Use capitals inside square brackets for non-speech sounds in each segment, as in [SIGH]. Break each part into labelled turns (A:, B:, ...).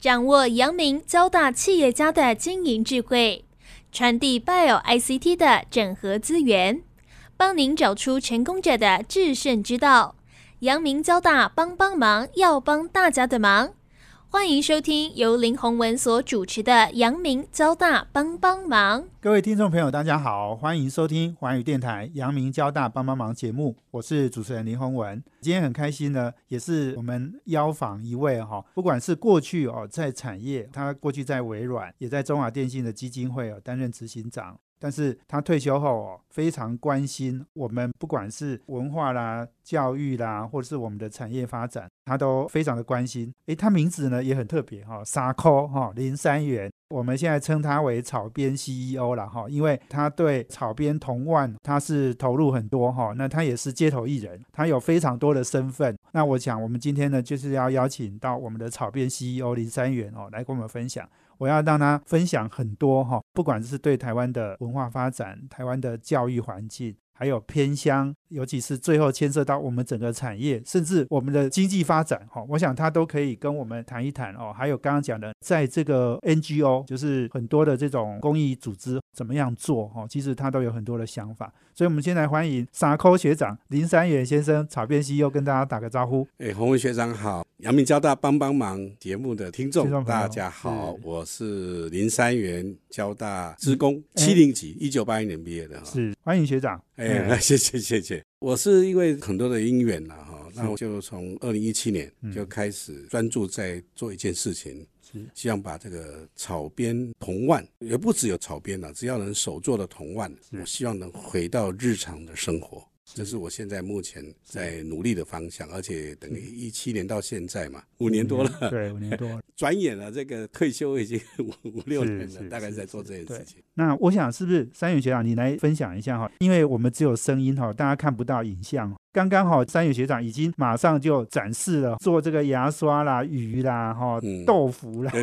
A: 掌握阳明交大企业家的经营智慧，传递 Bio ICT 的整合资源，帮您找出成功者的制胜之道。阳明交大帮帮忙，要帮大家的忙。欢迎收听由林宏文所主持的《阳明交大帮帮忙》。
B: 各位听众朋友，大家好，欢迎收听环宇电台阳明交大帮帮忙节目，我是主持人林宏文。今天很开心呢，也是我们邀访一位哈、不管是过去哦在产业，他过去在微软，也在中华电信的基金会哦担任执行长。但是他退休后哦，非常关心我们不管是文化啦、教育啦，或者是我们的产业发展，他都非常的关心。诶，他名字呢也很特别哈、沙科哈、林三元，我们现在称他为草编 CEO 了哈、因为他对草编同万他是投入很多哈、那他也是街头艺人，他有非常多的身份。那我想我们今天呢就是要邀请到我们的草编 CEO 林三元哦来跟我们分享。我要让他分享很多哈、不管是对台湾的文化发展、台湾的教育环境，还有偏乡，尤其是最后牵涉到我们整个产业，甚至我们的经济发展哈、我想他都可以跟我们谈一谈哦。还有刚刚讲的，在这个 NGO，就是很多的这种公益组织怎么样做哈、其实他都有很多的想法。所以，我们先来欢迎傻抠学长林三元先生，草编西又跟大家打个招呼。
C: 哎，洪文学长好，阳明交大帮帮忙节目的听
B: 听众
C: 众
B: 朋友
C: 大家好
B: 是，
C: 我是林三元交大职工
B: 嗯
C: 七零级，一九八一年毕业的哈。
B: 是，欢迎学长。
C: 哎，
B: 嗯
C: 那 [LAUGHS] 谢谢谢谢，我是因为很多的因缘了哈，那我就从二零一七年
B: 嗯
C: 就开始专注在做一件事情，
B: 是
C: 希望把这个草编铜腕，也不只有草编了，只要能手做的铜腕，
B: 是
C: 我希望能回到日常的生活。这是我现在目前在努力的方向，而且等于一七年到现在嘛，五年多了，
B: 对，五年多了。
C: [LAUGHS] 转眼了，这个退休已经五五六年
B: 是
C: 了
B: 是，
C: 大概在做
B: 是
C: 这
B: 是
C: 件
B: 对
C: 事情。
B: 那我想是不是三元学长，你来分享一下哈？因为我们只有声音哈，大家看不到影像。刚刚好，三元学长已经马上就展示了做这个牙刷啦、鱼啦、哈、
C: 嗯
B: 豆腐啦、
C: 对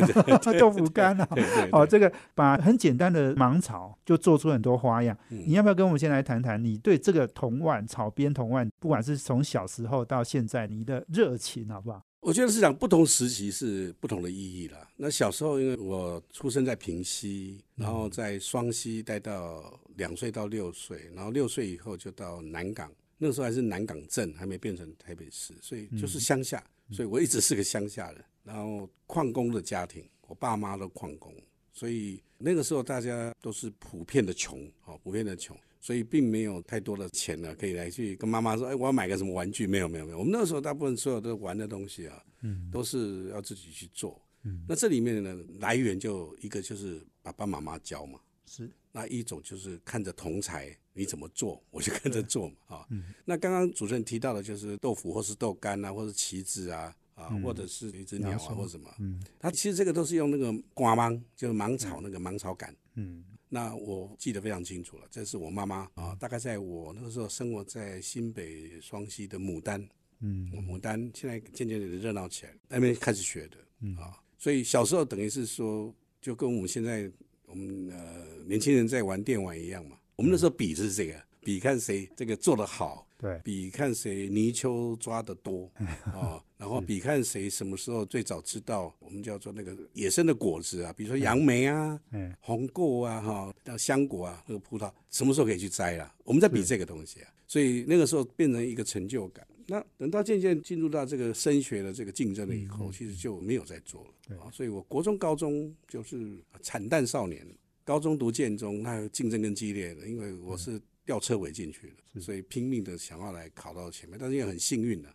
B: [LAUGHS]
C: 对
B: 豆腐干啦，
C: 对对，
B: 哦，
C: 对
B: 这个把很简单的芒草就做出很多花样。
C: 嗯
B: 你要不要跟我们先来谈谈你对这个铜碗草编铜碗，不管是从小时候到现在，你的热情好不好？
C: 我觉得是讲不同时期是不同的意义啦。那小时候，因为我出生在平西，然后在双溪待到两岁到六岁，然后六岁以后就到南港，那时候还是南港镇，还没变成台北市，所以就是乡下，所以我一直是个乡下人。然后矿工的家庭，我爸妈都矿工，所以那个时候大家都是普遍的穷，哦，普遍的穷。所以并没有太多的钱呢，可以来去跟妈妈说，哎，我要买个什么玩具？没有，没有，没有。我们那时候大部分所有的玩的东西啊，嗯，都是要自己去做。嗯，那这里面呢，来源就一个就是爸爸妈妈教嘛，
B: 是
C: 那一种就是看着同才你怎么做，我就跟着做嘛啊。
B: 嗯
C: 那刚刚主持人提到的就是豆腐或是豆干啊，或是旗子啊啊，或者是一只鸟
B: 嗯鸟
C: 啊
B: 什么
C: 或者什么，
B: 嗯
C: 它其实这个都是用那个瓜芒，就是芒草那个芒草杆。
B: 嗯
C: 那我记得非常清楚了，这是我妈妈啊，大概在我那个时候生活在新北双溪的牡丹，
B: 嗯
C: 牡丹现在渐渐的热闹起来，那边开始学的啊，所以小时候等于是说，就跟我们现在我们呃年轻人在玩电玩一样嘛，我们那时候比是这个，比看谁这个做得好，
B: 对
C: 比看谁泥鳅抓得多啊，然后比看谁什么时候最早知道我们叫做那个野生的果子啊，比如说杨梅啊，
B: 嗯
C: 红果啊，哈，到香果啊，那个葡萄什么时候可以去摘啦、我们在比这个东西啊，所以那个时候变成一个成就感。那等到渐渐进入到这个升学的这个竞争了以后，其实就没有再做了啊。所以我国中、高中就是惨淡少年，高中读建中，那竞争更激烈了，因为我是吊车尾进去的，所以拼命的想要来考到前面，但是也很幸运的、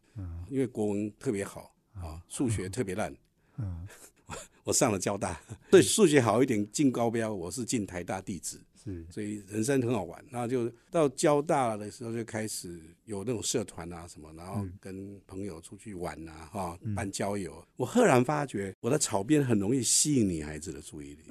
C: 因为国文特别好啊，数学特别烂，
B: 嗯，
C: [LAUGHS] 我上了交大，对数学好一点进高标，我是进台大地质，
B: 是
C: 所以人生很好玩。那就到交大的时候就开始有那种社团啊什么，然后跟朋友出去玩啊，哈、办交友。我赫然发觉我的草编很容易吸引女孩子的注意力，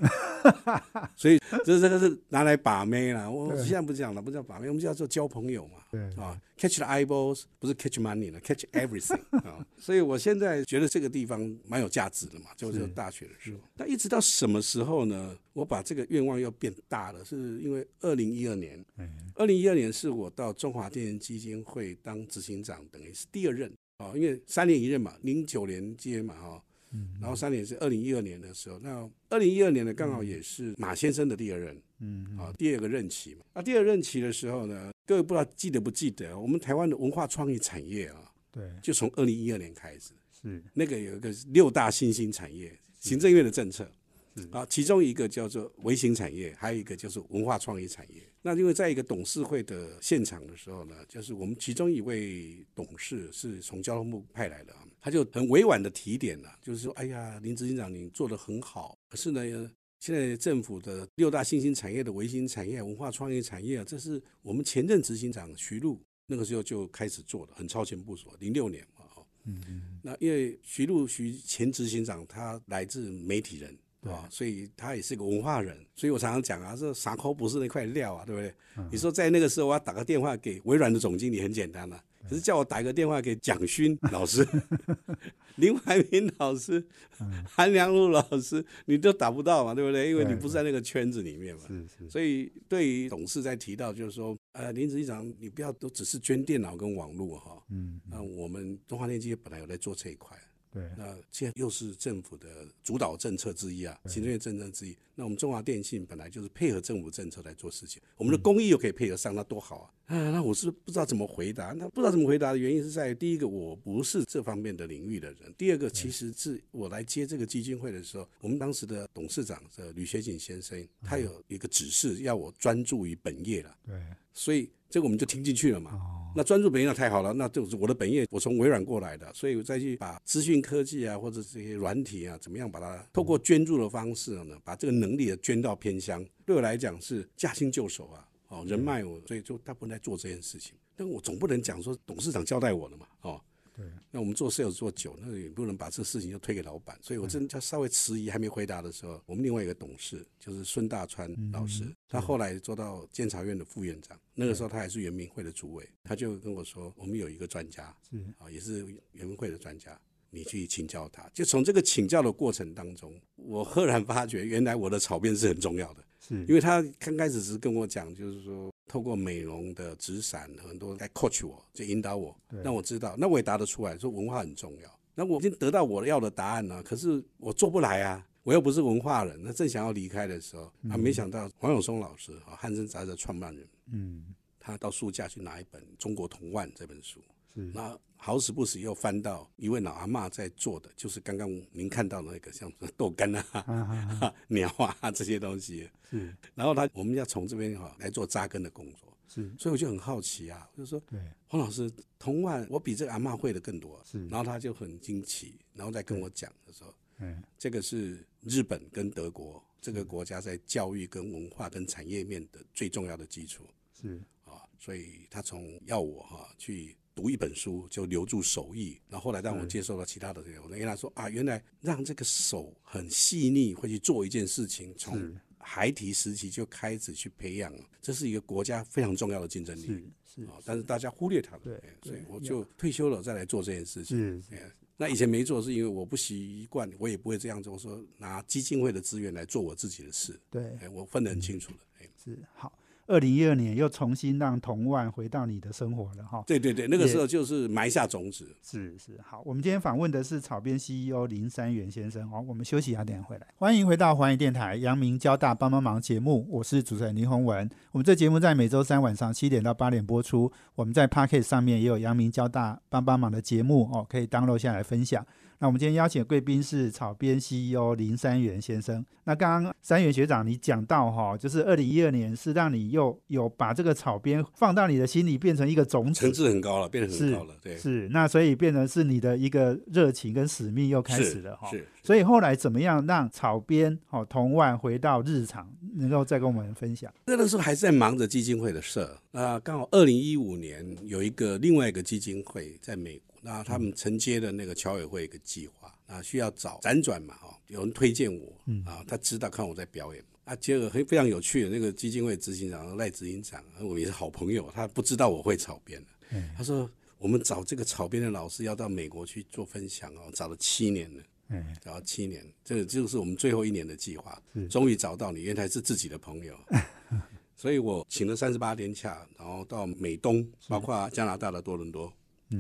C: 所以这这个是拿来把妹啦。我
B: 对
C: 现在不讲了，不叫把妹，我们叫做交朋友嘛。
B: 对
C: 啊，catch the eyeballs 不是 catch money 了，catch everything [LAUGHS] 啊。所以我现在觉得这个地方蛮有价值的嘛，就是大学的时候。那一直到什么时候呢？我把这个愿望又变大了，是因为二零一二年，二零一二年是我到中华电信基金会当执行长，等于是第二任啊、哦因为三年一任嘛，零九年接嘛哈、哦
B: 嗯
C: 然后三年是二零一二年的时候，那二零一二年呢，刚好也是马先生的第二任，嗯，啊，第二个任期嘛。那第二任期的时候呢，各位不知道记得不记得，我们台湾的文化创意产业啊，
B: 对，
C: 就从二零一二年开始，
B: 是，
C: 那个有一个六大新兴产业，行政院的政策。啊，其中一个叫做微型产业，还有一个就是文化创意产业。那因为在一个董事会的现场的时候呢，就是我们其中一位董事是从交通部派来的啊，他就很委婉的提点了、就是说，哎呀，林执行长你做的很好，可是呢，现在政府的六大新兴产业的维新产业、文化创意产业啊，这是我们前任执行长徐璐那个时候就开始做的，很超前部署，零六年嘛，哦，嗯，那因为徐璐徐前执行长他来自媒体人。啊、所以他也是个文化人，所以我常常讲啊，这傻抠不是那块料啊，对不对？
B: 嗯
C: 你说在那个时候，我要打个电话给微软的总经理很简单了、啊可是叫我打一个电话给蒋勋
B: [LAUGHS]
C: 老师、林怀民老师、韩良露老师，你都打不到嘛，对不对？因为你
B: 嗯对
C: 不在那个圈子里面嘛。
B: 是是，
C: 所以对于董事在提到，就是说，呃，林执行长，你不要都只是捐电脑跟网络哈、
B: 嗯，
C: 那我们中华电机本来有在做这一块，
B: 对，
C: 那现在又是政府的主导政策之一啊，行政院政策之一。那我们中华电信本来就是配合政府政策来做事情，我们的公益又可以配合上，那多好啊！啊，那我是不知道怎么回答。那不知道怎么回答的原因是在于第一个，我不是这方面的领域的人；第二个，其实是我来接这个基金会的时候，我们当时的董事长呃吕学锦先生，他有一个指示要我专注于本业了。
B: 对，
C: 所以这个我们就听进去了嘛。
B: 哦
C: 那专注本业那太好了，那就是我的本业，我从微软过来的，所以我再去把资讯科技啊，或者这些软体啊，怎么样把它透过捐助的方式呢，把这个能力捐到偏乡，对我来讲是驾轻就熟啊，哦，人脉我，所以就大部分在做这件事情。但我总不能讲说董事长交代我了嘛，哦，
B: 对，
C: 那我们做 sales 做久，那也不能把这事情就推给老板，所以我真的稍微迟疑还没回答的时候，我们另外一个董事就是孙大川老师，他后来做到监察院的副院长，那个时候他还是圆明会的主委，他就跟我说，我们有一个专家
B: 是，
C: 啊，也是圆明会的专家。你去请教他，就从这个请教的过程当中，我赫然发觉，原来我的草编是很重要的。
B: 是，
C: 因为他刚开始只是跟我讲，就是说透过美容的纸伞，很多在 coach 我，就引导我
B: 对，
C: 让我知道，那我也答得出来，说文化很重要。那我已经得到我要的答案了，可是我做不来啊，我又不是文化人。那正想要离开的时候，啊，没想到黄永松老师啊，汉森杂志的创办人，
B: 嗯，
C: 他到书架去拿一本《中国童万》这本书，
B: 是，
C: 那好死不死又翻到一位老阿嬷在做的，就是刚刚您看到的那个像什么豆干啊、 [LAUGHS]
B: 哈哈，
C: 鸟啊这些东西。
B: 是
C: 然后他我们要从这边哈、来做扎根的工作，
B: 是，
C: 所以我就很好奇啊，我就说
B: 对，
C: 黄老师，同万我比这个阿嬷会的更多，
B: 是
C: 然后他就很惊奇，然后再跟我讲的时候，
B: 嗯，
C: 这个是日本跟德国这个国家在教育跟文化跟产业面的最重要的基础
B: 是，
C: 啊，所以他从要我哈、去。读一本书就留住手艺，然后后来让我
B: 嗯
C: 接受了其他的这个，我跟他说啊，原来让这个手很细腻，会去做一件事情，从
B: 是
C: 孩提时期就开始去培养，这是一个国家非常重要的竞争力
B: 是是
C: 啊、但是大家忽略它了，
B: 对
C: 哎
B: 对
C: 所以我就退休了再来做这件事情。
B: 是，
C: 哎那以前没做是因为我不习惯，我也不会这样做，我说拿基金会的资源来做我自己的事，
B: 对，
C: 哎，我分得很清楚了。哎，
B: 是好。二零一二年又重新让童万回到你的生活了哈。
C: 对对对，那个时候就是埋下种子。
B: 是是，好，我们今天访问的是草编 CEO 林三元先生哦，我们休息一下，等一下回来。欢迎回到环宇电台阳明交大帮帮忙节目，我是主持人林宏文。我们这节目在每周三晚上七点到八点播出，我们在 p o c k e t 上面也有阳明交大帮帮忙的节目哦，可以 download 下来分享。那我们今天邀请的贵宾是草编 CEO 林三元先生。那刚刚三元学长你讲到哈、就是二零一二年是让你又有把这个草编放到你的心里，变成一个种子
C: 层，次很高了，变得很
B: 是
C: 高了，对，
B: 是，那所以变成是你的一个热情跟使命又开始了哈。
C: 是，
B: 所以后来怎么样让草编哦同万回到日常，能够再跟我们分享？
C: 那个时候还是在忙着基金会的事儿。那刚好二零一五年有一个另外一个基金会在美国，那他
B: 嗯
C: 们承接的那个侨委会一个计划，那需要找辗转嘛哈、哦，有人推荐我，
B: 嗯
C: 啊，他知道看我在表演。啊，结果很非常有趣的那个基金会执行长赖执行长，我们也是好朋友，他不知道我会草编的，
B: 嗯
C: 他说我们找这个草编的老师要到美国去做分享哦，找了七年了。
B: 哎，
C: 然后七年，这就是我们最后一年的计划
B: 是，
C: 终于找到你，原来是自己的朋友，所以我请了三十八天假，然后到美东，包括加哦拿大的多伦多，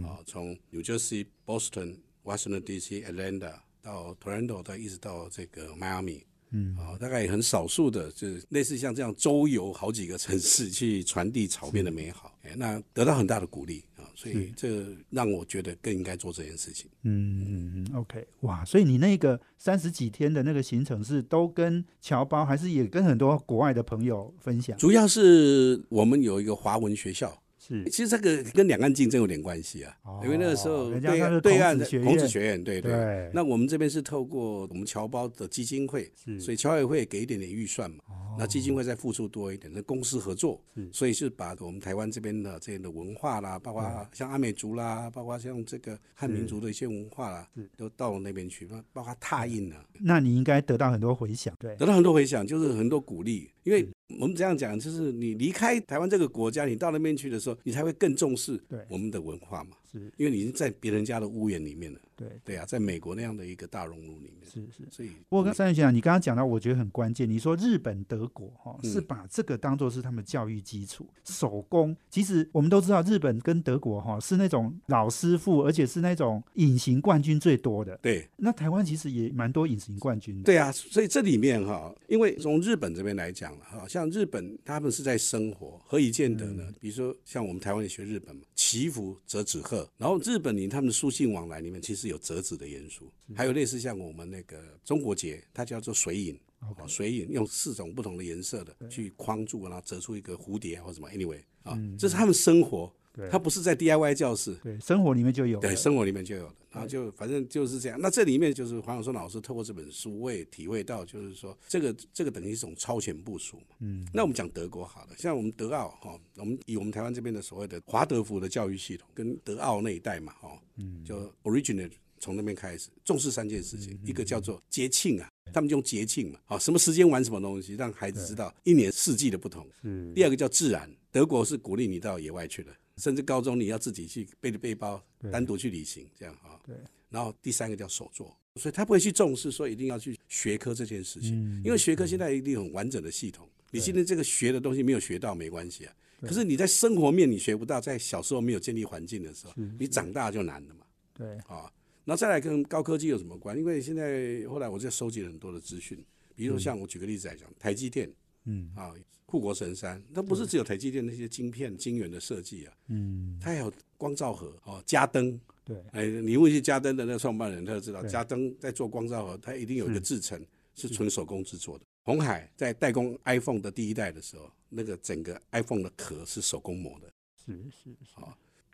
C: 啊、从 New Jersey、Boston、Washington D.C、Atlanta、到 Toronto，到一直到这个 Miami，
B: 嗯，
C: 啊、大概也很少数的，就是类似像这样周游好几个城市去传递草编的美好，哎，那得到很大的鼓励啊、所以这让我觉得更应该做这件事情。
B: 嗯嗯嗯，OK，哇，所以你那个三十几天的那个行程是都跟侨胞，还是也跟很多国外的朋友分享？
C: 主要是我们有一个华文学校，
B: 是
C: 其实这个跟两岸竞争有点关系啊，
B: 哦
C: 因为那个时候
B: 人家
C: 对
B: 那是
C: 岸对
B: 孔
C: 岸的
B: 子学院
C: 孔子学院，对对。
B: 对
C: 那我们这边是透过我们侨胞的基金会，
B: 是
C: 所以侨委会给一点点预算嘛，
B: 哦
C: 那基金会再付出多一点，那公司合作，
B: 嗯
C: 所以是把我们台湾这边的这样的文化啦，包括像阿美族啦，包括像这个汉民族的一些文化啦，
B: 嗯
C: 都到了那边去，包包括踏印啊，
B: 那你应该得到很多回响，对，
C: 得到很多回响，就是很多鼓励。因为我们这样讲，就是你离开台湾这个国家，你到那边去的时候，你才会更重视
B: 对
C: 我们的文化嘛。
B: 是，
C: 因为你已经在别人家的屋檐里面了，
B: 对，
C: 对啊，在美国那样的一个大熔炉里面，
B: 是是。
C: 所以
B: 不过刚三学长，你刚刚讲到，我觉得很关键。你说日本、德国哈、哦
C: 嗯
B: 是把这个当做是他们教育基础，手工。其实我们都知道，日本跟德国哈、哦是那种老师傅，而且是那种隐形冠军最多的。
C: 对
B: 那台湾其实也蛮多隐形冠军的。
C: 对啊，所以这里面哈，因为从日本这边来讲了哈，像日本他们是在生活，何以见得呢？
B: 嗯
C: 比如说像我们台湾也学日本嘛，祈福折纸鹤，然后日本你他们的书信往来里面其实有折纸的元素，
B: 嗯
C: 还有类似像我们那个中国结，它叫做水影。哦，水影用四种不同的颜色的去框住，然后折出一个蝴蝶或什么，anyway 啊，这是他们生活，
B: 嗯对
C: 他不是在 DIY 教室，
B: 对，生活里面就有了。
C: 对，生活里面就有了，然后就反正就是这样。那这里面就是黄永松老师透过这本书，我也体会到，就是说这个这个等于一种超前部署嘛。嗯，那我们讲德国好了，像我们德奥哈、哦，我们以我们台湾这边的所谓的华德福的教育系统跟德奥那一代嘛，哦，嗯，就 originate 从那边开始重视三件事情，一个叫做节庆啊。他们用节庆嘛，啊，什么时间玩什么东西，让孩子知道一年四季的不同。
B: 是
C: 第二个叫自然，德国是鼓励你到野外去的，甚至高中你要自己去背着背包，单独去旅行这样啊。
B: 对。
C: 然后第三个叫手作，所以他不会去重视说一定要去学科这件事情，
B: 嗯
C: 因为学科现在一定很完整的系统。你今天这个学的东西没有学到没关系啊，可是你在生活面你学不到，在小时候没有建立环境的时候，你长大就难了嘛。
B: 对，
C: 啊。那再来跟高科技有什么关？因为现在后来我就收集了很多的资讯，比如说像我举个例子来讲，台积电，
B: 嗯
C: 啊，护国神山，它不是只有台积电那些晶片晶圆的设计啊，
B: 嗯，
C: 它还有光照盒哦，嘉登。
B: 对，
C: 哎，你问一些嘉登的那个创办人，他就知道
B: 对
C: 嘉登在做光照盒，它一定有一个制成是纯手工制作的。红海在代工 iPhone 的第一代的时候，那个整个 iPhone 的壳是手工磨的，
B: 是是是，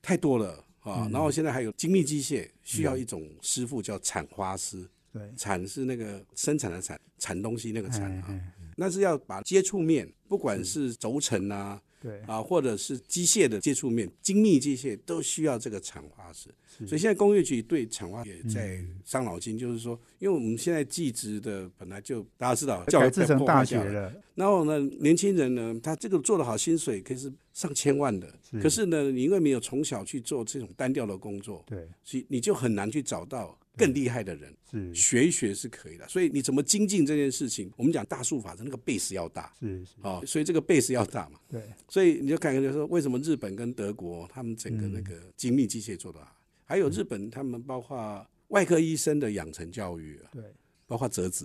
C: 太多了啊。
B: 嗯
C: 然后现在还有精密机械，需要一种师傅叫铲花师，
B: 对，
C: 铲是那个生产的铲，铲东西那个铲
B: 哎
C: 啊，
B: 哎
C: 那是要把接触面，不管是轴承啊，
B: 对，
C: 啊，或者是机械的接触面，精密机械都需要这个产化师。所以现在工业局对产化也在
B: 嗯
C: 伤脑筋，就是说，因为我们现在技职的本来就大家知道，教育
B: 改
C: 被
B: 制成
C: 破
B: 大
C: 坏
B: 学
C: 掉了。
B: 了，
C: 然后呢，年轻人呢，他这个做得好，薪水可以是上千万的。
B: 是
C: 可是呢，你因为没有从小去做这种单调的工作，
B: 对，
C: 所以你就很难去找到更厉害的人。
B: 是是
C: 学一学是可以的，所以你怎么精进这件事情，我们讲大数法则，那个 base 要大
B: 是，
C: 啊、哦，所以这个 base 要大嘛。
B: 对，
C: 所以你就感觉说，为什么日本跟德国他们整个那个
B: 嗯
C: 精密机械做得好，还有日本他们包括外科医生的养成教育、啊，
B: 对，
C: 包括折纸，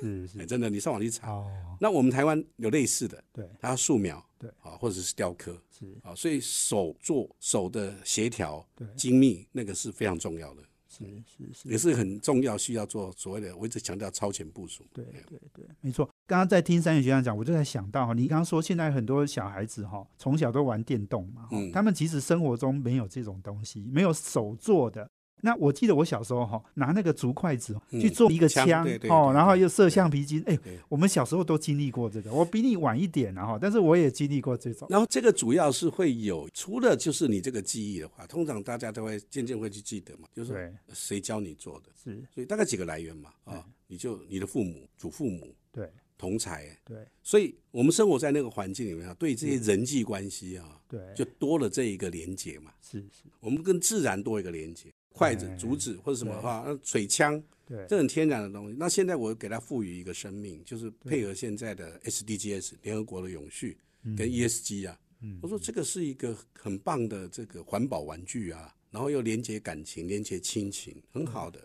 B: 是
C: 哎
B: 是，
C: 真的你上网去查。
B: 哦，
C: 那我们台湾有类似的，
B: 对，
C: 它素描，
B: 对
C: 啊，或者是雕刻，
B: 是
C: 啊，所以手做手的协调
B: 对、
C: 精密，那个是非常重要的，
B: 是是是，
C: 也是很重要，需要做所谓的，我一直强调超前部署。
B: 对对对，没错。刚刚在听三元学长讲，我就在想到哈，你刚刚说现在很多小孩子哈，从小都玩电动嘛，哈
C: 嗯
B: 他们其实生活中没有这种东西，没有手做的。那我记得我小时候哈，拿那个竹筷子
C: 嗯
B: 去做一个
C: 枪
B: 枪
C: 对对
B: 哦，
C: 对
B: 然后
C: 对
B: 又射橡皮筋。哎
C: 对，
B: 我们小时候都经历过这个，我比你晚一点然后，但是我也经历过这种。
C: 然后这个主要是会有，除了就是你这个记忆的话，通常大家都会渐渐会去记得嘛，就是说
B: 对，
C: 谁教你做的，
B: 是，
C: 所以大概几个来源嘛，啊，你就你的父母、祖父母、
B: 对
C: 同才，
B: 对
C: 所以我们生活在那个环境里面啊，对这些人际关系啊，
B: 对，
C: 就多了这一个连接嘛，
B: 是是，
C: 我们跟自然多一个连接。筷子
B: 哎、
C: 竹子或者什么的话，那水枪，
B: 对
C: 这很天然的东西。那现在我给它赋予一个生命，就是配合现在的 SDGs 联合国的永续
B: 嗯
C: E 跟 ESG 啊，我说这个是一个很棒的这个环保玩具啊，然后又连接感情、连接亲情，很好的。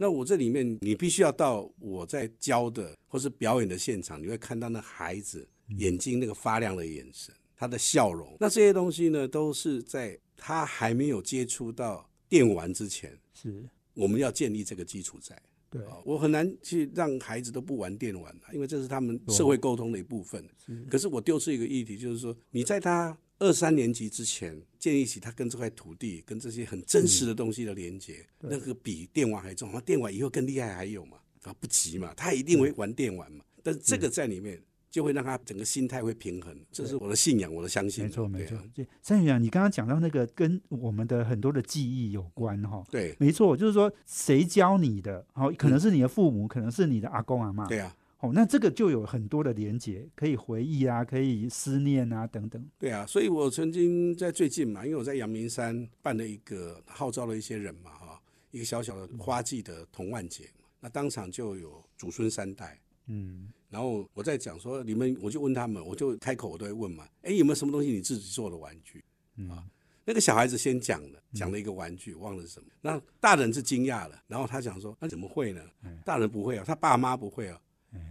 C: 那我这里面，你必须要到我在教的或是表演的现场，你会看到那孩子眼睛那个发亮的眼神，他的笑容。那这些东西呢，都是在他还没有接触到电玩之前，
B: 是，
C: 我们要建立这个基础在。
B: 对，
C: 啊我很难去让孩子都不玩电玩啊因为这是他们社会沟通的一部分。可是我丢出一个议题，就是说你在他二三年级之前建立起他跟这块土地、跟这些很真实的东西的连接，
B: 嗯
C: 那个比电玩还重要。电玩以后更厉害还有嘛？啊，不急嘛，他一定会玩电玩嘛。但是这个在里面就会让他整个心态会平衡，这是我的信仰，我的相信。
B: 嗯没错没
C: 对啊
B: 错。这三宇啊，你刚刚讲到那个跟我们的很多的记忆有关哈、
C: 对啊
B: 没错，就是说谁教你的，好、可能是你的父母，可能是你的阿公阿妈，
C: 嗯对啊。
B: 哦，那这个就有很多的连结，可以回忆啊，可以思念啊，等等。
C: 对啊，所以我曾经在最近嘛，因为我在阳明山办了一个号召了一些人嘛，哈，一个小小的花季的同万节嘛，那当场就有祖孙三代，
B: 嗯，
C: 然后我在讲说你们，我就问他们，我就开口我都会问嘛，哎，有没有什么东西你自己做的玩具？
B: 嗯
C: 啊，那个小孩子先讲了，讲了一个玩具，忘了是什么，那大人是惊讶了，然后他讲说，那、怎么会呢？
B: 嗯
C: 大人不会啊，他爸妈不会啊，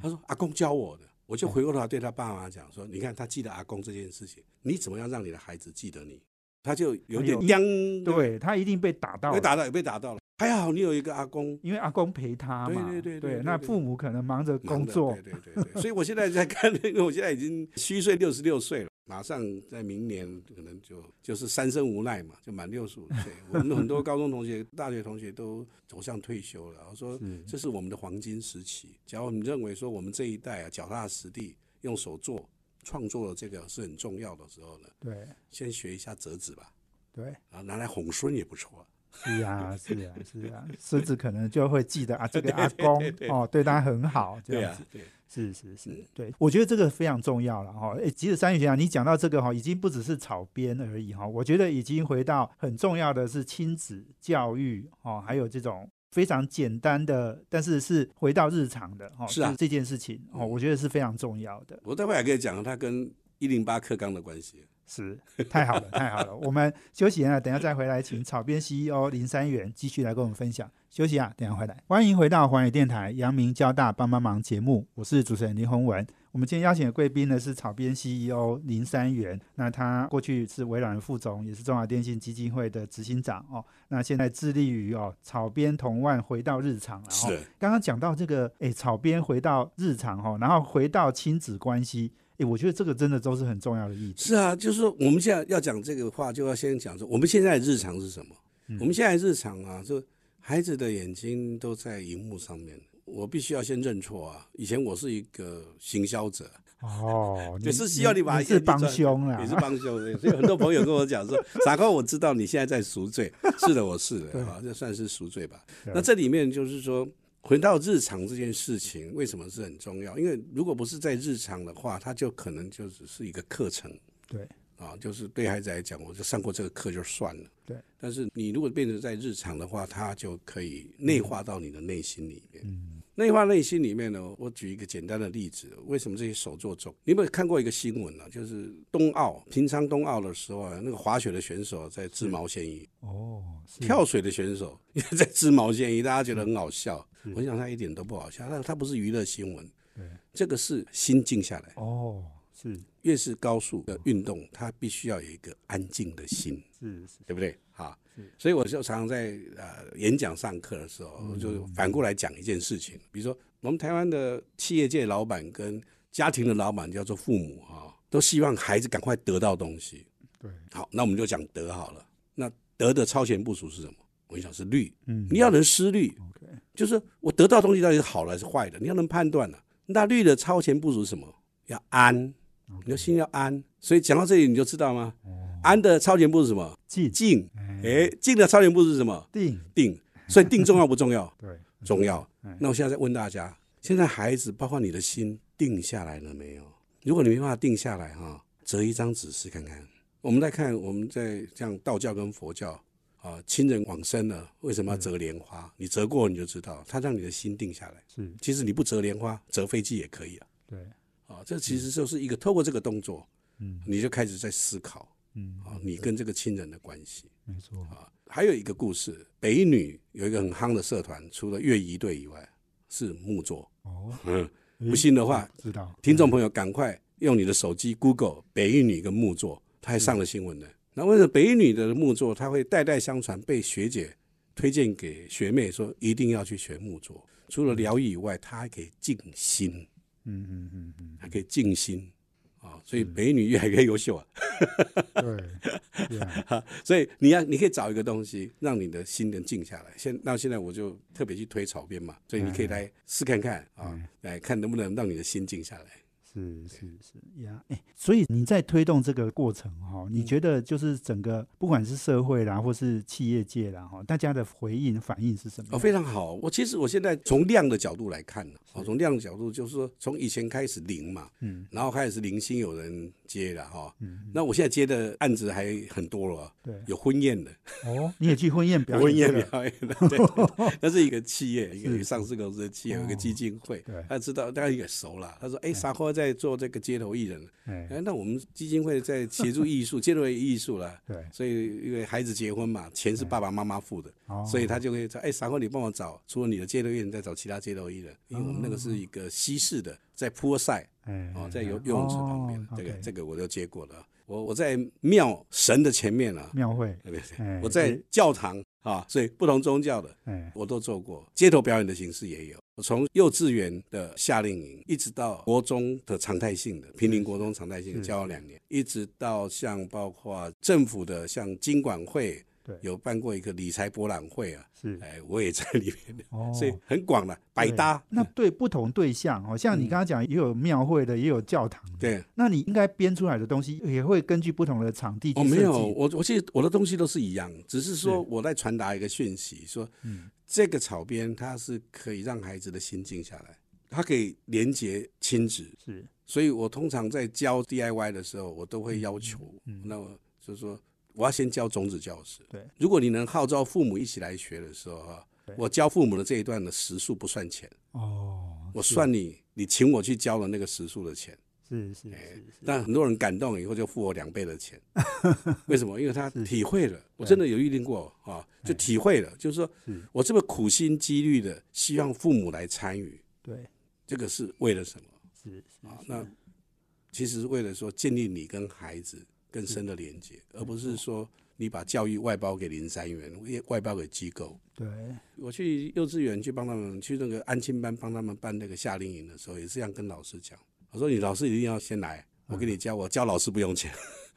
C: 他说阿公教我的。
B: 嗯
C: 我就回过头来对他爸妈讲说：“你看，他记得阿公这件事情，你怎么样让你的孩子记得你？”他就有点
B: 哎呦
C: 央，
B: 对他一定被打到
C: 被
B: 了，
C: 打到也被打到了。还好你有一个阿公
B: 因为阿公陪他嘛，
C: 对对对对对
B: 那
C: 对
B: 父母可能忙着
C: 忙
B: 工
C: 的
B: 作，
C: 对对对对。所以我现在在看，因为我现在已经虚岁六十六岁了，马上在明年可能就就是三生无奈嘛，就满六十五岁。我们很多高中同学、大学同学都走向退休了，然后说
B: 是
C: 这是我们的黄金时期。假如你认为说我们这一代啊，脚踏实地，用手做创作的这个是很重要的时候呢，
B: 对
C: 先学一下折纸吧，
B: 对，
C: 然后拿来哄孙也不错、啊。
B: 是啊是啊是啊，孙子可能就会记得啊，这个
C: [LAUGHS]
B: 阿公哦对他很好，这
C: 对
B: 样
C: 啊
B: 子，，
C: 对。
B: 是是
C: 嗯
B: 是，对，我觉得这个非常重要了哈。诶，其实三宇先啊生，你讲到这个哈，已经不只是草编而已哈，我觉得已经回到很重要的是亲子教育哦，还有这种非常简单的，但是是回到日常的哈，
C: 是啊
B: 就这件事情哦，我觉得是非常重要的。
C: 我待会还可以讲它跟一零八课纲的关系。
B: 是， [LAUGHS] 太好了，太好了。我们休息一下，等一下再回来，请草编 CEO 林三元继续来跟我们分享。休息啊，等一下回来。欢迎回到环宇电台阳明交大帮帮忙节目，我是主持人林宏文。我们今天邀请的贵宾呢是草编 CEO 林三元，那他过去是微软的副总，也是中华电信基金会的执行长哦。那现在致力于哦草编同万回到日常了哦
C: 是。
B: 刚刚讲到这个，诶，草编回到日常哦，然后回到亲子关系，诶，我觉得这个真的都是很重要的议题。
C: 是啊，就是说我们现在要讲这个话，就要先讲说我们现在的日常是什么。我们现在的日常啊，就孩子的眼睛都在荧幕上面。我必须要先认错啊！以前我是一个行销者，
B: [LAUGHS] 哦，
C: 也是希望你把
B: 你
C: 眼
B: 是
C: 睛
B: 帮
C: 转
B: 凶啦，
C: 你是帮凶的，所以很多朋友跟我讲说：“傻瓜，我知道你现在在赎罪。”是的，我是的啊，这算是赎罪吧。
B: 对
C: 那这里面就是说，回到日常这件事情，为什么是很重要？因为如果不是在日常的话，它就可能就只是一个课程。
B: 对
C: 啊，就是对孩子来讲，我就上过这个课就算了。
B: 对，
C: 但是你如果变成在日常的话，它就可以内化到你的内心里面。嗯，内化内心里面呢，我举一个简单的例子，为什么这些手作重？你有没有看过一个新闻呢、啊？就是冬奥，平常冬奥的时候啊，那个滑雪的选手在织毛线衣，
B: 哦，是
C: 跳水的选手 [LAUGHS] 也在织毛线衣，大家觉得很好笑。我想他一点都不好笑，他他不是娱乐新闻，
B: 嗯对，
C: 这个是心静下来。
B: 哦，是
C: 越是高速的运动，它必须要有一个安静的心，
B: 是是，
C: 对不对？好，所以我就常常在呃演讲上课的时候，我就反过来讲一件事情，比如说我们台湾的企业界老板跟家庭的老板叫做父母哈、都希望孩子赶快得到东西。
B: 对，
C: 好，那我们就讲德好了。那德的超前部署是什么？我想是律，
B: 嗯
C: 你要能思虑，
B: OK，
C: 就是我得到东西到底是好的还是坏的，你要能判断了、那绿的超前部署是什么？要安，你的心要安。所以讲到这里你就知道吗？安的超前部署是什么？
B: 进
C: 静。
B: 哦哎
C: 哎，静的超前部署是什么？
B: 定？
C: 定。所以定重要不重要
B: 对
C: 重要
B: 哎。
C: 那我现在在问大家，现在孩子包括你的心定下来了没有？如果你没办法定下来哈，折一张纸试看看。我们再看，我们在像道教跟佛教啊，亲人往生了，为什么要折莲花？你折过你就知道，它让你的心定下来。
B: 是，
C: 其实你不折莲花，折飞机也可以啊。
B: 对，
C: 啊，这其实就是一个透过这个动作，
B: 嗯
C: 你就开始在思考
B: 嗯，
C: 啊，你跟这个亲人的关系。
B: 没错，
C: 还有一个故事，北一女有一个很夯的社团，除了乐仪队以外，是木作。
B: 哦，
C: 嗯，
B: 诶
C: 不信的话，
B: 不知道
C: 听众朋友赶快用你的手机 Google 北一女跟木作，她还上了新闻呢。那为什么北一女的木作，她会代代相传，被学姐推荐给学妹说一定要去学木作？除了疗愈以外，她还可以静心，
B: 嗯嗯嗯嗯
C: 还可以静心啊、所以北一女越来越优秀啊。
B: 嗯，对，对啊，
C: [LAUGHS] 所以你要你可以找一个东西，让你的心能静下来。现到现在我就特别去推草编嘛，所以你可以来试看看啊、来看能不能让你的心静下来。
B: 是是是呀，哎、所以你在推动这个过程哈、哦，你
C: 嗯
B: 觉得就是整个不管是社会啦，或是企业界啦哈、哦，大家的回应反应是什么
C: 哦，
B: 样？
C: 非常好。我其实我现在从量的角度来看呢，哦，从量的角度就是说，从以前开始零嘛，
B: 嗯，
C: 然后开始零星有人接了哈、
B: 嗯，
C: 那我现在接的案子还很多了，
B: 对，
C: 有婚宴的，
B: 哦，你也去婚宴 [LAUGHS] 表演、这
C: 婚宴
B: 个
C: 表演的，对对对那是一个企业，一个上市公司的企业，有一个
B: 哦
C: 基金会
B: 对，
C: 他知道大家也熟了。他说：“哎，沙花在做这个街头艺人，
B: 哎、
C: 哎，那我们基金会在协助艺术，街 [LAUGHS] 头艺术了。”
B: 对，
C: 所以，因为孩子结婚嘛，钱是爸爸妈妈付的，
B: 哦，
C: 所以他就会说：“哎，傻瓜，你帮我找，除了你的街头艺人，再找其他街头艺人。”因为我们那个是一个西式的，在坡赛
B: 哎，
C: 哦，在游游泳池旁边
B: 哦，
C: 这个
B: OK
C: 这个我都接过了。我我在庙神的前面啊，
B: 庙会，
C: 对对对
B: 哎，
C: 我在
B: 也
C: 教堂啊，所以不同宗教的
B: 哎，
C: 我都做过，街头表演的形式也有。我从幼稚园的夏令营，一直到国中的常态性的平林国中常态性的
B: 是
C: 教了两年，一直到像包括政府的像经管会
B: 对，
C: 有办过一个理财博览会啊，
B: 是，
C: 哎，我也在里面的，
B: 哦，
C: 所以很广了，百
B: 对
C: 搭。
B: 那对不同对象，好、哦、像
C: 嗯
B: 你刚刚讲，也有庙会的，也有教堂的，
C: 对，
B: 那你应该编出来的东西也会根据不同的场地去
C: 我
B: 设计。
C: 哦没有，我我其实我的东西都是一样，只是说我在传达一个讯息，说
B: 嗯，
C: 这个草编它是可以让孩子的心静下来，它可以连接亲子，
B: 是
C: 所以我通常在教 DIY 的时候，我都会要求，
B: 嗯嗯
C: 那我就说我要先教种子教室。
B: 对，
C: 如果你能号召父母一起来学的时候啊
B: 对，
C: 我教父母的这一段的时数不算钱，
B: 哦，
C: 我
B: 是
C: 算你你请我去教的那个时数的钱。
B: 是是
C: 哎
B: 是是，
C: 但很多人感动以后就付我两倍的
B: [LAUGHS]
C: 钱，为什么？因为他
B: 是
C: 体会了，我真的有预定过啊，就体会了，就是说
B: 是
C: 我这么苦心积虑的希望父母来参与，
B: 对，
C: 这个是为了什么？
B: 是是
C: 啊，那其实是为了说建立你跟孩子更深的连接，而不是说你把教育外包给林三元，也外包给机构。
B: 对，
C: 我去幼稚园去帮他们去那个安亲班帮他们办那个夏令营的时候，也是这样跟老师讲，我说你老师一定要先来，我给你
B: 嗯
C: 教，我教老师不用钱，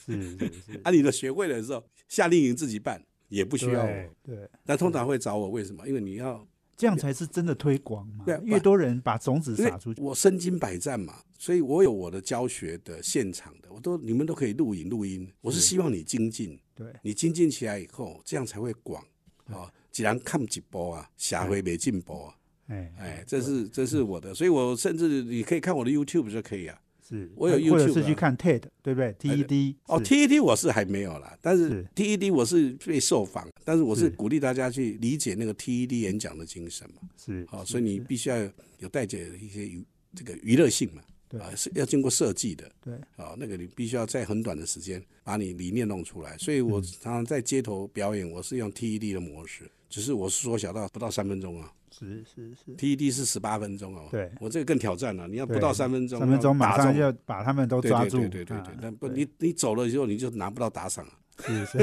B: 是是是，
C: 啊，你的学会了之后，夏令营自己办也不
B: 不
C: 需要我，
B: 对，
C: 但通常会找我，为什么？因为你要
B: 这样才是真的推广嘛
C: 对啊，
B: 越多人把种子
C: 因为
B: 撒出去，
C: 我身经百战嘛，所以我有我的教学的现场的，我都你们都可以录影录音。我是希望你精进，
B: 对，
C: 你精进起来以后，这样才会广
B: 嗯
C: 啊。既然看一波啊，社会没进步啊，
B: 哎
C: 哎，这是这是我的，所以我甚至你可以看我的 YouTube 就可以啊。
B: 是，哎
C: 我有
B: 或者
C: YouTube
B: 是去
C: 啊
B: 看 TED，对不对？TED
C: 哦
B: 是
C: ，TED 我是还没有啦，但是
B: 是
C: TED 我是被受访，但是我是
B: 是
C: 鼓励大家去理解那个 TED 演讲的精神嘛。
B: 是，
C: 好、
B: 是
C: 所以你
B: 是
C: 必须要有带着一些娱这个娱乐性嘛，
B: 对
C: 啊，是要经过设计的，
B: 对
C: 啊、那个你必须要在很短的时间把你理念弄出来。所以
B: 嗯
C: 我常常在街头表演，我是用 TED 的模式，只是我是缩小到不到三分钟啊
B: 是是是，
C: ，TED 是十八分钟哦，
B: 嗯对
C: 我这个更挑战了、你要不
B: 对
C: 到三分钟，
B: 三分钟
C: 要
B: 马
C: 打
B: 上
C: 中
B: 就把他们都
C: 对
B: 抓
C: 对
B: 住，
C: 对对对对
B: 啊，
C: 那不你你走了之后你就拿不到打赏了。
B: 是是，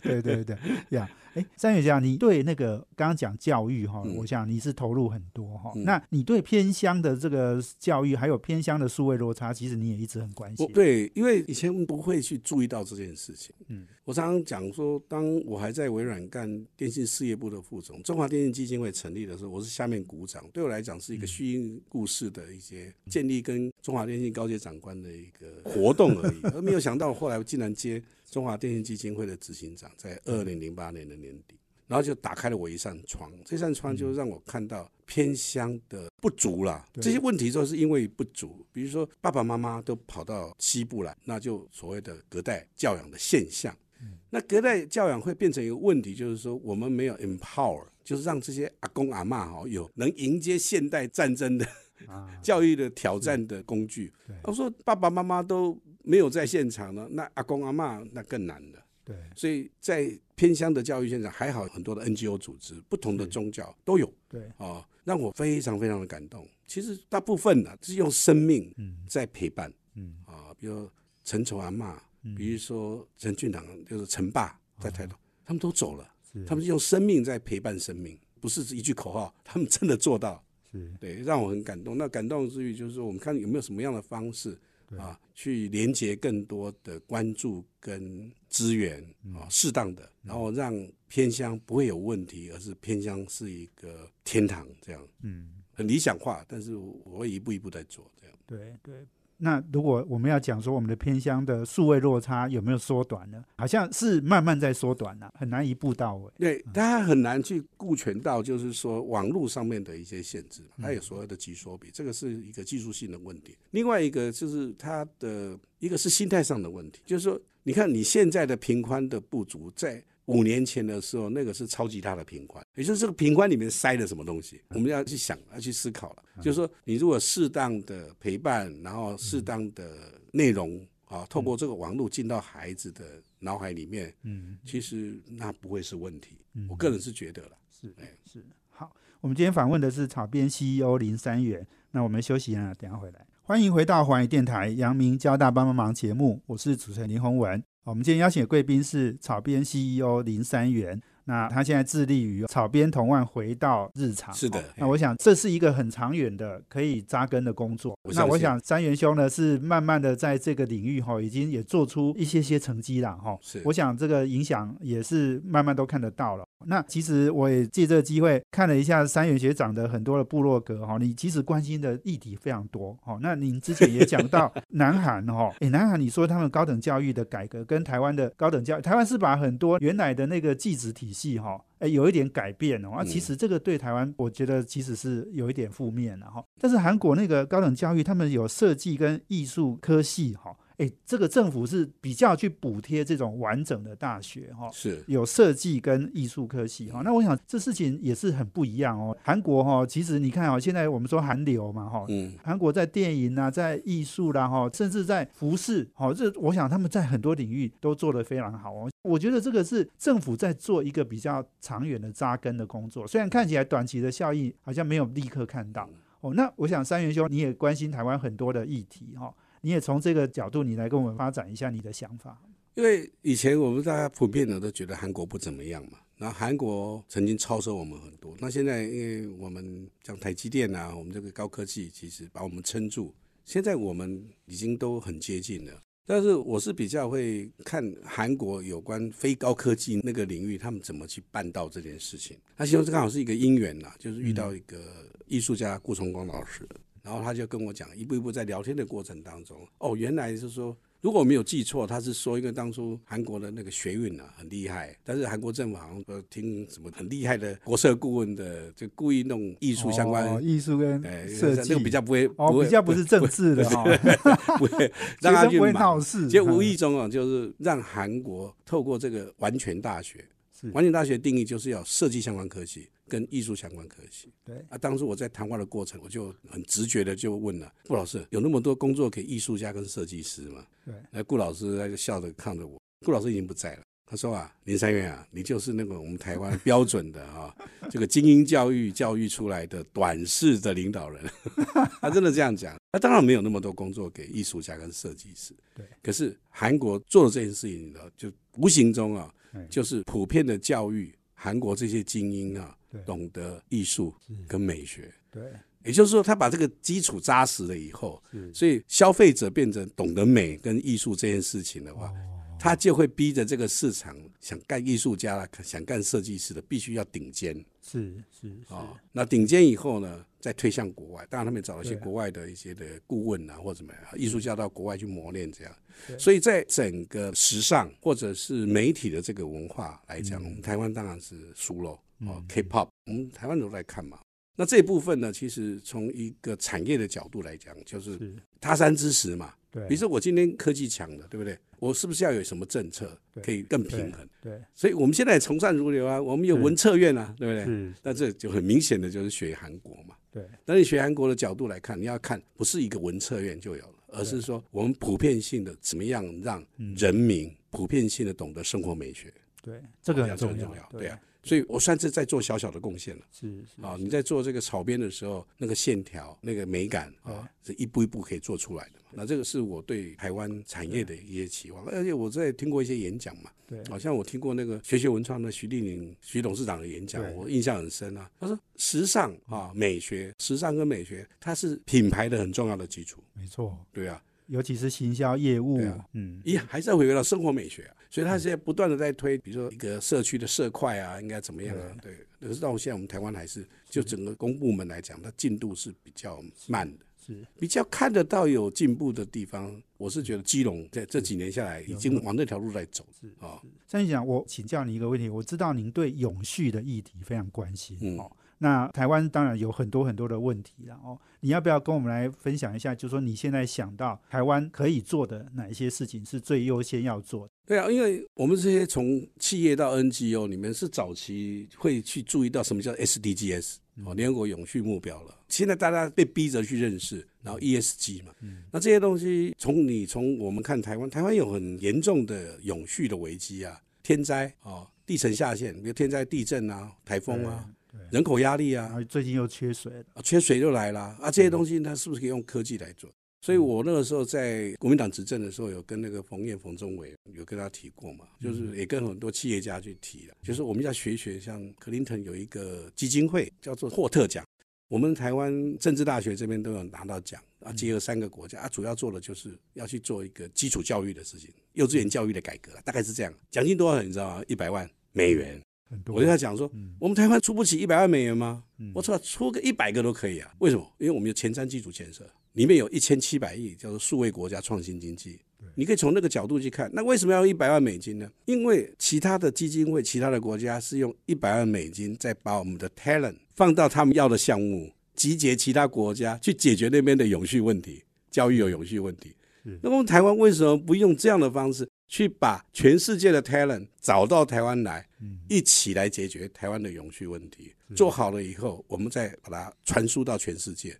B: 对对对呀。哎，三月家，你对那个刚刚讲教育哈、
C: 嗯
B: 我想你是投入很多哈、
C: 嗯
B: 那你对偏乡的这个教育，还有偏乡的数位落差，其实你也一直很关
C: 我
B: 心。
C: 对，因为以前不会去注意到这件事情。
B: 嗯，
C: 我常常讲说，当我还在微软干电信事业部的副总，中华电信基金会成立的时候，我是下面股长，对我来讲是一个虚应故事的一些建立跟中华电信高阶长官的一个 [LAUGHS] 活动而已，而没有想到后来我竟然接中华电信基金会的执行长，在二零零八年的年底。然后就打开了我一扇窗，这扇窗就让我看到偏乡的不足啦。
B: 对
C: 这些问题都是因为不足，比如说爸爸妈妈都跑到西部来，那就所谓的隔代教养的现象。
B: 嗯
C: 那隔代教养会变成一个问题，就是说我们没有 empower，就是让这些阿公阿嬷哦有能迎接现代战争的
B: 啊，
C: 教育的挑战的工具
B: 对。
C: 我说爸爸妈妈都没有在现场呢，那阿公阿嬷那更难了。
B: 对，
C: 所以在偏乡的教育现场，还好很多的 NGO 组织，不同的
B: 是
C: 宗教都有
B: 对，
C: 啊，让我非常非常的感动。其实大部分呢、是用生命
B: 嗯
C: 在陪伴
B: 嗯
C: 啊，比如陈丑阿嬷，
B: 嗯，哦
C: 比如说陈俊堂，就是陈爸在台东，他们都走了，
B: 是
C: 他们是用生命在陪伴生命，不是一句口号，他们真的做到。
B: 是
C: 对，让我很感动。那感动之余，就是说我们看有没有什么样的方式
B: 对
C: 啊，去连接更多的关注跟资源
B: 嗯
C: 啊，适当的，然后让偏乡不会有问题，而是偏乡是一个天堂，这样
B: 嗯。
C: 很理想化。但是我我会一步一步在做，这样。
B: 对对。那如果我们要讲说我们的偏乡的数位落差有没有缩短呢？好像是慢慢在缩短了、很难一步到位。
C: 对，大家很难去顾全到，就是说网络上面的一些限制嘛，它有所谓的极缩比，这个是一个技术性的问题。另外一个就是它的一个是心态上的问题，就是说，你看你现在的频宽的不足，在五年前的时候，那个是超级大的频宽，也就是这个频宽里面塞了什么东西，我们要去想，要去思考了。就是说，你如果适当的陪伴，然后适当的内容啊，透过这个网络进到孩子的脑海里面，
B: 嗯，
C: 其实那不会是问题，
B: 嗯
C: 我个人是觉得了。
B: 是
C: 哎
B: 是。好，我们今天访问的是草编 CEO 林三元。那我们休息一下，等一下回来。欢迎回到环宇电台阳明交大帮帮忙节目，我是主持人林宏文。我们今天邀请的贵宾是草编 CEO 林三元。那他现在致力于草编同万回到日常，
C: 是的哎
B: 哦那我想这是一个很长远的可以扎根的工作。
C: 我
B: 那
C: 相
B: 我
C: 信
B: 想三元兄呢是慢慢的在这个领域哈、已经也做出一些些成绩了哈、
C: 是
B: 我想这个影响也是慢慢都看得到了。那其实我也借这个机会看了一下三元学长的很多的部落格哈、你其实关心的议题非常多哈、那您之前也讲到南韩哈、诶，南韩你说他们高等教育的改革跟台湾的高等教育，台湾是把很多原来的那个技职体系哈、诶有一点改变哦，啊，
C: 嗯
B: 其实这个对台湾，我觉得其实是有一点负面的、哈。但是韩国那个高等教育，他们有设计跟艺术科系哈，诶，这个政府是比较去补贴这种完整的大学哈，
C: 是
B: 有设计跟艺术科系哈、那我想这事情也是很不一样哦。韩国哈、其实你看哦，现在我们说韩流嘛哈、
C: 嗯，
B: 韩国在电影啊，在艺术啦，哈，甚至在服饰，好，这我想他们在很多领域都做得非常好哦。我觉得这个是政府在做一个比较长远的扎根的工作，虽然看起来短期的效益好像没有立刻看到
C: 嗯
B: 哦。那我想三元兄，你也关心台湾很多的议题哈、哦，你也从这个角度，你来跟我们发展一下你的想法。
C: 因为以前我们大家普遍的都觉得韩国不怎么样嘛，然后韩国曾经超车我们很多，那现在因为我们像台积电啊，我们这个高科技其实把我们撑住，现在我们已经都很接近了。但是我是比较会看韩国有关非高科技那个领域，他们怎么去办到这件事情。那其中这刚好是一个因缘呐、就是遇到一个艺术家顾崇光老师，然后他就跟我讲，一步一步在聊天的过程当中，哦，原来是说，如果我没有记错，他是说，因为当初韩国的那个学运啊很厉害，但是韩国政府好像说听什么很厉害的国社顾问的，就故意弄艺
B: 艺
C: 术相关。
B: 哦、艺术跟
C: 哎，
B: 设计
C: 这个比较不会，
B: 哦，
C: 不会
B: 比较不是政治的哈、哦，
C: 不会 [LAUGHS]
B: [LAUGHS]
C: 让
B: 学
C: 他
B: 生
C: 去
B: 不会
C: 忙
B: 闹事，
C: 结果无
B: 嗯
C: 意中啊，就是让韩国透过这个完全大学，
B: 是
C: 完全大学定义就是要设计相关科系跟艺术相关科系。
B: 对
C: 啊，当时我在谈话的过程，我就很直觉的就问了顾老师，有那么多工作给艺术家跟设计师吗？
B: 对，
C: 那顾老师他就笑着看着我，顾老师已经不在了。他说啊，林三元啊，你就是那个我们
B: [LAUGHS]
C: 台湾标准的啊，这个精英教育教育出来的短视的领导人， [LAUGHS] 他真的这样讲。他当然没有那么多工作给艺术家跟设计师，
B: 对，
C: 可是韩国做了这件事情呢，就无形中啊
B: 嗯，
C: 就是普遍的教育韩国这些精英啊，
B: 对
C: 懂得艺术跟美学。
B: 对
C: 也就是说，他把这个基础扎实了以后，
B: 是
C: 所以消费者变成懂得美跟艺术这件事情的话，
B: 哦
C: 他就会逼着这个市场想干艺术家啦，想干设计师的，必须要顶尖
B: 是是是
C: 啊、那顶尖以后呢，再推向国外，当然他们也找了一些
B: 对啊
C: 国外的一些的顾问啊，或者怎么样，艺术家到国外去磨练这样
B: 对。
C: 所以在整个时尚或者是媒体的这个文化来讲，我们台湾当然是输了哦
B: 嗯
C: ，K-pop，我们台湾人都在看嘛。那这一部分呢，其实从一个产业的角度来讲，就是
B: 是，
C: 他山之石嘛。
B: 对，
C: 比如说我今天科技强了，对不对？我是不是要有什么政策
B: 对
C: 可以更平衡？
B: 对，
C: 所以我们现在也从善如流啊，我们有
B: 是
C: 文策院啊，对不对？
B: 是，
C: 那这就很明显的就是学韩国嘛。
B: 对，
C: 那你学韩国的角度来看，你要看不是一个文策院就有了，而是说我们普遍性的怎么样让人民普遍性的懂得生活美学，
B: 嗯对，这个很
C: 哦这
B: 重
C: 很
B: 要
C: 重要，对啊，。所以我算是在做小小的贡献了。
B: 是是
C: 啊，你在做这个草编的时候，那个线条、那个美感啊，是一步一步可以做出来的嘛。那这个是我对台湾产业的一些期望，而且我在听过一些演讲嘛，
B: 对
C: 好像我听过那个学学文创的徐立宁徐董事长的演讲
B: 对，
C: 我印象很深啊。他说，时尚啊，美学，时尚跟美学，它是品牌的很重要的基础。
B: 没错，
C: 对啊，
B: 尤其是行销业务
C: 对啊，
B: 嗯，
C: 一还是要回归到生活美学啊。所以他现在不断的在推，比如说一个社区的社块啊，应该怎么样啊？对，可是到现在我们台湾还是就整个公部门来讲，它进度是比较慢的。
B: 是
C: 比较看得到有进步的地方，我是觉得基隆在这几年下来已经往那条路在走啊、
B: 张院长，我请教你一个问题，我知道您对永续的议题非常关心、
C: 嗯
B: 哦。那台湾当然有很多很多的问题了哦，你要不要跟我们来分享一下？就是说你现在想到台湾可以做的哪一些事情是最优先要做的？
C: 对啊，因为我们这些从企业到 NGO，你们是早期会去注意到什么叫 SDGs 哦，联合国永续目标了。现在大家被逼着去认识，然后 ESG 嘛，那这些东西从你从我们看台湾，台湾有很严重的永续的危机啊，天灾哦，地层下陷，比如天灾、地震啊、台风啊，人口压力啊
B: 然，后最近又缺水了，
C: 啊缺水就来啦啊，这
B: 嗯
C: 些东西它是不是可以用科技来做？所以我那个时候在国民党执政的时候，有跟那个冯燕、冯中伟有跟他提过嘛，
B: 嗯
C: 就是也跟很多企业家去提了，就是我们要学一学，像克林顿有一个基金会叫做霍特奖，我们台湾政治大学这边都有拿到奖啊，
B: 嗯
C: 结合三个国家啊，主要做的就是要去做一个基础教育的事情，幼稚园教育的改革，大概是这样，奖金多少你知道吗？一百万美元，
B: 很多。
C: 我就在讲说，
B: 嗯
C: 我们台湾出不起一百万美元吗？
B: 嗯
C: 我操，出个一百个都可以啊！为什么？因为我们有前瞻基础建设，里面有一千七百亿叫做数位国家创新经济。你可以从那个角度去看，那为什么要用一百万美金呢？因为其他的基金会、其他的国家是用一百万美金在把我们的 talent 放到他们要的项目，集结其他国家去解决那边的永续问题，教育有永续问题
B: 是。
C: 那么我们台湾为什么不用这样的方式去把全世界的 talent 找到台湾来，一起来解决台湾的永续问题？做好了以后，我们再把它传输到全世界。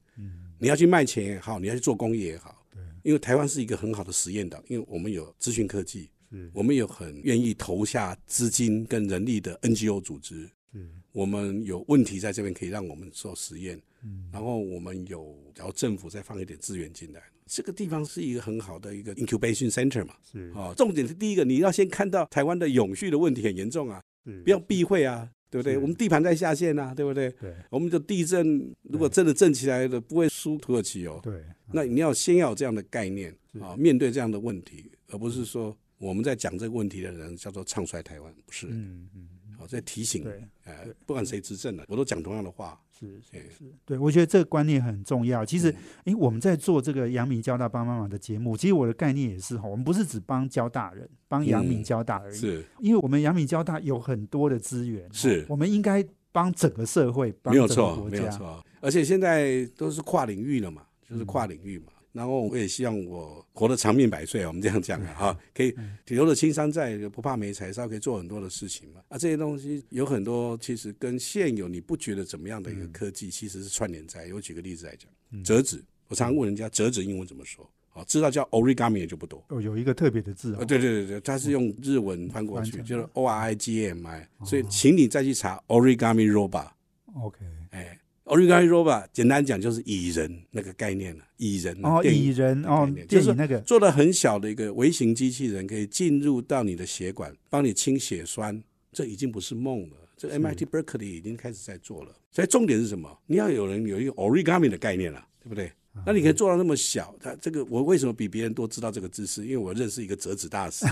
C: 你要去卖钱也好，你要去做工业也好，因为台湾是一个很好的实验岛，因为我们有资讯科技，我们有很愿意投下资金跟人力的 NGO 组织，我们有问题在这边可以让我们做实验，
B: 嗯
C: 然后我们有，然后政府再放一点资源进来，这个地方是一个很好的一个 incubation center 嘛，
B: 是
C: 哦，重点是第一个，你要先看到台湾的永续的问题很严重啊，
B: 是
C: 不要避讳啊，对不对？
B: 是
C: 我们地盘在下陷啊，对不对？
B: 对
C: 我们的地震如果真的震起来了，不会输土耳其哦。
B: 对，嗯
C: 那你要先要有这样的概念啊，面对这样的问题，而不是说我们在讲这个问题的人叫做唱衰台湾，不是？
B: 嗯嗯，
C: 好、在提醒，
B: 对。
C: 呃，不管谁执政了，我都讲同样的话。
B: 是是
C: 对
B: 是，对我觉得这个观念很重要。其实，
C: 嗯
B: 诶，我们在做这个阳明交大帮妈妈的节目，其实我的概念也是哈，我们不是只帮交大人，帮阳明
C: 嗯
B: 交大而已，
C: 是
B: 因为我们阳明交大有很多的资源，
C: 是
B: 我们应该帮整个社会，帮
C: 没有
B: 整个
C: 错，
B: 国
C: 没有
B: 家，
C: 错。而且现在都是跨领域了嘛，就是跨领域嘛。然后我也希望我活得长命百岁啊，我们这样
B: 嗯
C: 讲啊，哈，可以留了青山在，不怕没柴烧，可以做很多的事情嘛。啊，这些东西有很多，其实跟现有你不觉得怎么样的一
B: 嗯
C: 个科技，其实是串联在。我举个例子来讲，折纸，我常常问人家折纸英文怎么说，啊，知道叫 origami 也就不多，
B: 哦，有一个特别的字
C: 啊，
B: 哦，
C: 对对对对，它是用日文翻过去，
B: 翻成哦
C: 就是 O R I G M I，所以请你再去查 origami robot。
B: OK，
C: 哎，origami robot 简单讲就是蚁人那个概念了，蚁人啊
B: 哦，
C: 电
B: 蚁
C: 影
B: 人哦
C: 概，念就
B: 电
C: 是
B: 影那个
C: 做了很小的一个微型机器人，可以进入到你的血管，帮你清血栓，这已经不是梦了。这 MIT Berkeley 已经开始在做了。所以重点是什么？你要有人有一个 origami 的概念了、对不对？那你可以做到那么小，他这个我为什么比别人多知道这个知识？因为我认识一个折纸大师，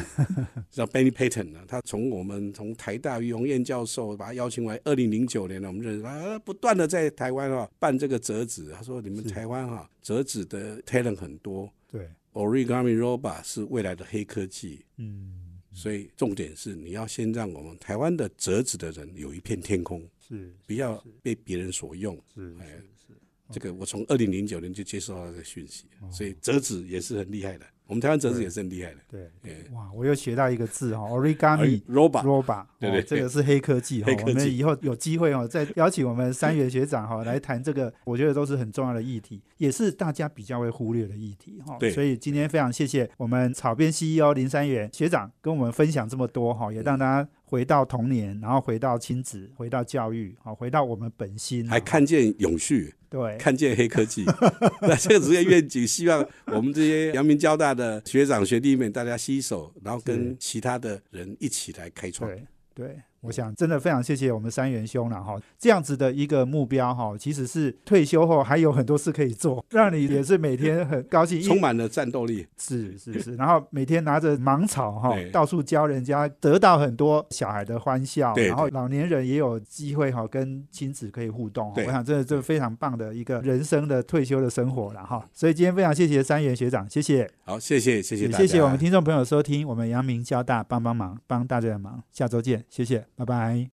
C: 叫 Benny Patton 呢、他从我们从台大于洪燕教授把他邀请来，二零零九年呢，我们认识他，他不断的在台湾啊办这个折纸。他说你们台湾啊折纸的 talent 很多，
B: 对，
C: Origami Robot 是未来的黑科技，
B: 嗯，
C: 所以重点是你要先让我们台湾的折纸的人有一片天空，
B: 是
C: 不要被别人所用。
B: 是哦
C: 哎这个我从二零零九年就接受到这个讯息，所以折纸也是很厉害的。我们台湾折纸也是很厉害的。
B: 对，
C: 哎
B: 哇，我又学到一个字哈，origami。
C: robot
B: Roba，
C: 哎对
B: 哦
C: 对
B: 这个是黑科技哈、
C: [LAUGHS]
B: 哦
C: 黑科技
B: 我们以后有机会哦，再邀请我们三元学长哈、来谈这个，我觉得都是很重要的议题，也是大家比较会忽略的议题哈、
C: 对
B: 所以今天非常谢谢我们草编 CEO 林三元学长跟我们分享这么多哈、也让大家回到童年，然后回到亲子，回到教育，好、回到我们本心，哦
C: 还看见永续，
B: 对
C: 看见黑科
B: [LAUGHS]
C: 技，那这个职业愿景，希望我们这些阳明交大的学长学弟们，大家携手，然后跟其他的人一起来开创。
B: 对对，我
C: 嗯
B: 想真的非常谢谢我们三元兄了哈，这样子的一个目标哈，其实是退休后还有很多事可以做，让你也是每天很高
C: [LAUGHS]
B: 兴，
C: 充满了战斗力，
B: 是是是，然后每天拿着芒草哈
C: 对，
B: 到处教人家，得到很多小孩的欢笑，
C: 对
B: 然后老年人也有机会哈，跟亲子可以互动哈。
C: 对
B: 我想这这非常棒的一个人生的退休的生活了哈。所以今天非常谢谢三元学长，谢谢，
C: 好，谢谢，谢谢
B: 也
C: 大家，
B: 谢谢我们听众朋友收听我们阳明交大帮帮忙帮大家的忙，下周见，谢谢，拜拜。